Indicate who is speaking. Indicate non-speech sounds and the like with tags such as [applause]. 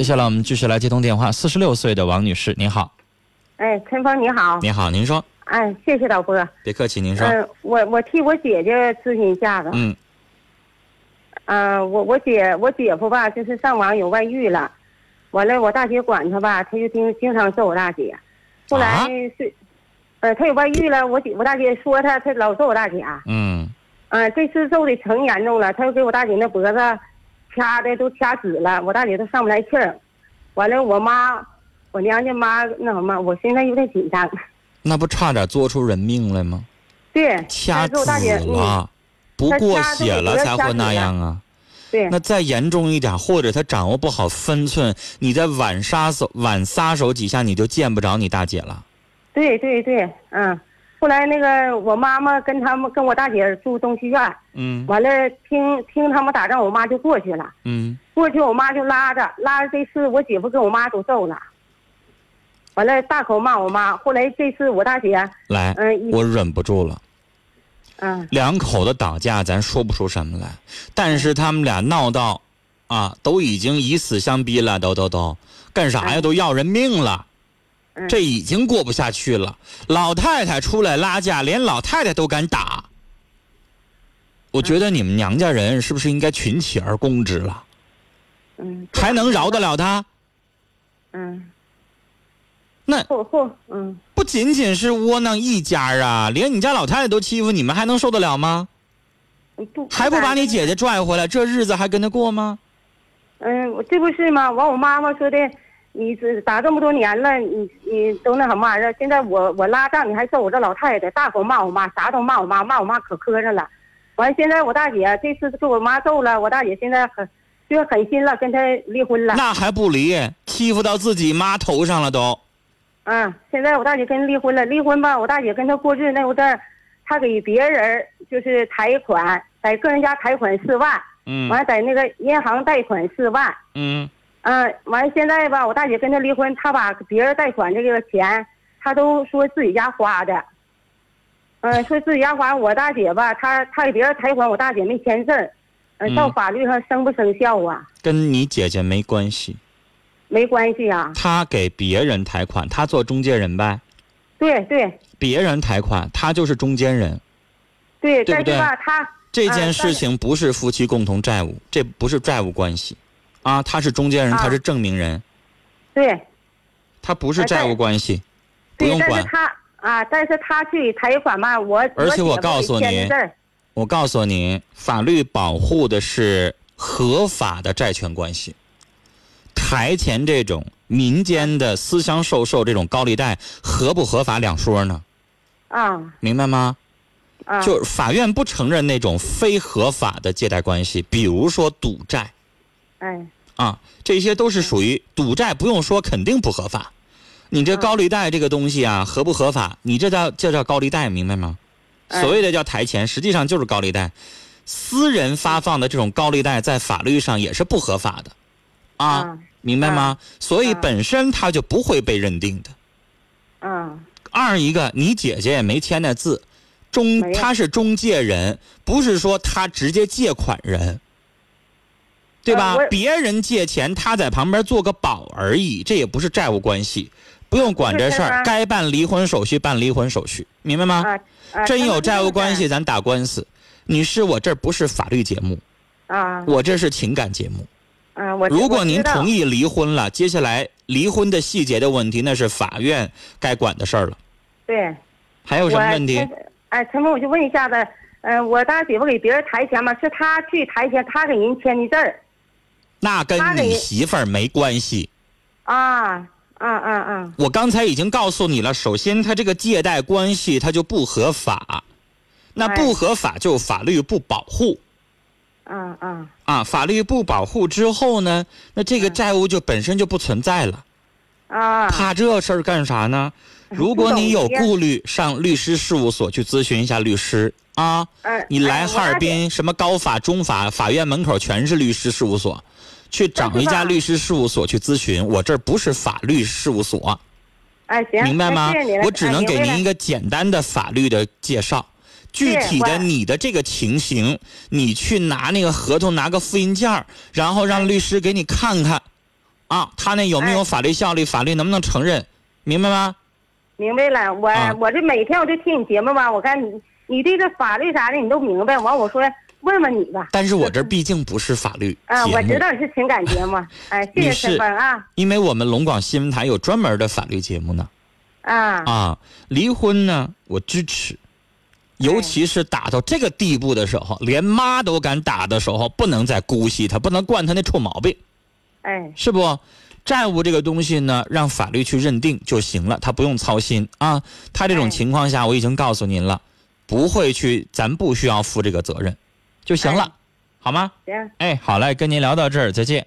Speaker 1: 接下来我们继续来接通电话，四十六岁的王女士，您好，
Speaker 2: 哎，陈峰你好，
Speaker 1: 您好，您说，
Speaker 2: 哎，谢谢导播。
Speaker 1: 别客气，您说，
Speaker 2: 嗯、我我替我姐姐咨询一下子。
Speaker 1: 嗯
Speaker 2: 嗯、我我姐我姐夫吧，就是上网有外遇了，完了我大姐管他吧，他就经经常揍我大姐。后来
Speaker 1: 啊
Speaker 2: 是，呃，他有外遇了，我姐我大姐说他，他老揍我大姐。嗯、
Speaker 1: 嗯
Speaker 2: 这次揍的成严重了，他又给我大姐那脖子掐的都掐紫了，我大姐都上不来气儿。完了，我妈，我娘家妈那什么，我现在有点紧张。
Speaker 1: 那不差点作出人命来吗？
Speaker 2: 对，
Speaker 1: 掐
Speaker 2: 揍
Speaker 1: 紫
Speaker 2: 我大姐，嗯，
Speaker 1: 了，不过血了才会那样啊。
Speaker 2: 对，
Speaker 1: 那再严重一点，或者他掌握不好分寸，你再晚杀手晚撒手几下，你就见不着你大姐了。
Speaker 2: 对对对，嗯。后来那个我妈妈跟他们跟我大姐住东区院儿，
Speaker 1: 嗯
Speaker 2: 完了听听他们打仗，我妈就过去了。
Speaker 1: 嗯，
Speaker 2: 过去我妈就拉着拉着，这次我姐夫跟我妈都揍了，完了大口骂我妈。后来这次我大姐，
Speaker 1: 来，
Speaker 2: 嗯、一
Speaker 1: 我忍不住了。
Speaker 2: 嗯
Speaker 1: 两口子打架，咱说不出什么来，但是他们俩闹到，啊，都已经以死相逼了，都都都，干啥呀？
Speaker 2: 嗯
Speaker 1: 都要人命了，
Speaker 2: 嗯
Speaker 1: 这已经过不下去了。老太太出来拉架，连老太太都敢打，我觉得你们娘家人是不是应该群起而攻之了？
Speaker 2: 嗯
Speaker 1: 还能饶得了他？
Speaker 2: 嗯，
Speaker 1: 那
Speaker 2: 后后嗯
Speaker 1: 不仅仅是窝囊一家啊，连你家老太太都欺负你们，还能受得了吗？
Speaker 2: 不
Speaker 1: 还不把你姐姐拽回来，这日子还跟着过吗？
Speaker 2: 嗯，我这不是吗？完，我妈妈说的，你这打这么多年了，你你都那什么玩意儿？现在我我拉仗，你还揍我这老太太，大口骂我妈，啥都骂我妈，骂我妈可磕碜了。完，现在我大姐这次给我妈揍了，我大姐现在很就是狠心了，跟她离婚了。
Speaker 1: 那还不离，欺负到自己妈头上了都。
Speaker 2: 嗯，现在我大姐跟她离婚了，离婚吧，我大姐跟她过日那有点，她给别人就是贷款，在个人家贷款四万，
Speaker 1: 嗯
Speaker 2: 完在那个银行贷款四万。
Speaker 1: 嗯，
Speaker 2: 嗯，完现在吧，我大姐跟他离婚，他把别人贷款这个钱，他都说自己家花的。嗯，说自己家花，我大姐吧，她她给别人贷款，我大姐没签字儿，嗯，
Speaker 1: 嗯
Speaker 2: 到法律上生不生效啊？
Speaker 1: 跟你姐姐没关系，
Speaker 2: 没关系啊，
Speaker 1: 她给别人贷款，她做中介人呗。
Speaker 2: 对对
Speaker 1: 别人贷款，她就是中间人。
Speaker 2: 对，
Speaker 1: 对
Speaker 2: 但
Speaker 1: 不对
Speaker 2: 是吧，她
Speaker 1: 这件
Speaker 2: 嗯但
Speaker 1: 事情不是夫妻共同债务，这不是债务关系，啊，她是中间人，
Speaker 2: 啊
Speaker 1: 她是证明人，
Speaker 2: 对
Speaker 1: 她不是
Speaker 2: 啊
Speaker 1: 债务
Speaker 2: 但
Speaker 1: 关系，不
Speaker 2: 对
Speaker 1: 用，
Speaker 2: 但是
Speaker 1: 管。
Speaker 2: 她啊，但是她去贷款吧，我
Speaker 1: 而且我
Speaker 2: 姐夫
Speaker 1: 告诉
Speaker 2: 给
Speaker 1: 你
Speaker 2: 签字儿，
Speaker 1: 我告诉你，法律保护的是合法的债权关系。台前这种民间的私相授受这种高利贷合不合法两说呢，
Speaker 2: 啊
Speaker 1: 明白吗？
Speaker 2: 啊，
Speaker 1: 就是法院不承认那种非合法的借贷关系，比如说赌债
Speaker 2: 哎
Speaker 1: 啊，这些都是属于赌债，不用说肯定不合法。你这
Speaker 2: 嗯
Speaker 1: 高利贷这个东西啊，合不合法？你这叫这叫高利贷，明白吗？
Speaker 2: 哎
Speaker 1: 所谓的叫台前，实际上就是高利贷。私人发放的这种高利贷，在法律上也是不合法的，啊，
Speaker 2: 啊
Speaker 1: 明白吗？所以
Speaker 2: 啊
Speaker 1: 本身它就不会被认定的。
Speaker 2: 啊
Speaker 1: 二一个，你姐姐也没签那字，中
Speaker 2: 没有
Speaker 1: 她是中介人，不是说她直接借款人，对吧？
Speaker 2: 呃我
Speaker 1: 别人借钱，她在旁边做个保而已，这也不是债务关系，不用管这事
Speaker 2: 不是
Speaker 1: 儿，
Speaker 2: 她
Speaker 1: 该办离婚手续办离婚手续，明白吗？
Speaker 2: 啊啊，
Speaker 1: 真
Speaker 2: 她
Speaker 1: 有
Speaker 2: 们
Speaker 1: 债务关
Speaker 2: 就是
Speaker 1: 系，咱打官司。你是我这儿不是法律节目，
Speaker 2: 啊
Speaker 1: 我这是情感节目。
Speaker 2: 啊，我
Speaker 1: 如果您同
Speaker 2: 意
Speaker 1: 意离婚了，接下来离婚的细节的问题，那是法院该管的事儿了。
Speaker 2: 对。
Speaker 1: 还有什么问题？
Speaker 2: 我哎，陈峰，我就问一下子，嗯，我大姐夫给别人抬钱嘛，是他去抬钱，他给人签的字儿
Speaker 1: 那跟
Speaker 2: 他
Speaker 1: 你
Speaker 2: 给
Speaker 1: 媳妇儿没关系。
Speaker 2: 啊，啊啊啊，
Speaker 1: 我刚才已经告诉你了，首先他这个借贷关系他就不合法，那
Speaker 2: 哎
Speaker 1: 不合法就法律不保护
Speaker 2: 啊啊
Speaker 1: 啊。法律不保护之后呢，那这
Speaker 2: 嗯
Speaker 1: 个债务就本身就不存在了。
Speaker 2: 啊，
Speaker 1: 怕这事儿干啥呢？如果你有顾虑，上律师事务所去咨询一下律师啊。
Speaker 2: 嗯，
Speaker 1: 你来哈尔
Speaker 2: 哎，
Speaker 1: 滨，什么高法、中法，法院门口全是律师事务所，去找一家律师事务所去咨询。我这儿不是法律事务所。
Speaker 2: 我大姐哎，行，
Speaker 1: 明白吗
Speaker 2: 那谢谢你？了
Speaker 1: 我只能给您一
Speaker 2: 个
Speaker 1: 个简单的法律的介绍。具体
Speaker 2: 是
Speaker 1: 的
Speaker 2: 我
Speaker 1: 你的这个情形，你去拿那个合同，拿个复印件儿然后让律师给你看看，啊，他那有没有
Speaker 2: 哎
Speaker 1: 法律效力，法律能不能承认，明白吗？
Speaker 2: 明白了，我、
Speaker 1: 啊
Speaker 2: 我这每天我就听你节目吧，我看你你对这法律啥的你都明白，完我说问问你吧。
Speaker 1: 但是我这毕竟不是法律
Speaker 2: 嗯啊，
Speaker 1: 节
Speaker 2: 我知
Speaker 1: 目，
Speaker 2: 道你是情感
Speaker 1: [laughs]
Speaker 2: 节目，哎，谢
Speaker 1: 你
Speaker 2: 谢
Speaker 1: 是
Speaker 2: 陈峰啊
Speaker 1: 因为我们龙广新闻台有专门的法律节目呢。
Speaker 2: 啊
Speaker 1: 啊，离婚呢，我支持，
Speaker 2: 哎
Speaker 1: 尤其是打到这个地步的时候，连妈都敢打的时候，不能再姑息他，不能惯他那臭毛病，
Speaker 2: 哎，
Speaker 1: 是不？债务这个东西呢，让法律去认定就行了，他不用操心啊。他这种
Speaker 2: 哎
Speaker 1: 情况下，我已经告诉您了，不会去，咱不需要负这个责任，就行了，好吗？
Speaker 2: 行。
Speaker 1: 哎，好嘞，跟您聊到这儿，再见。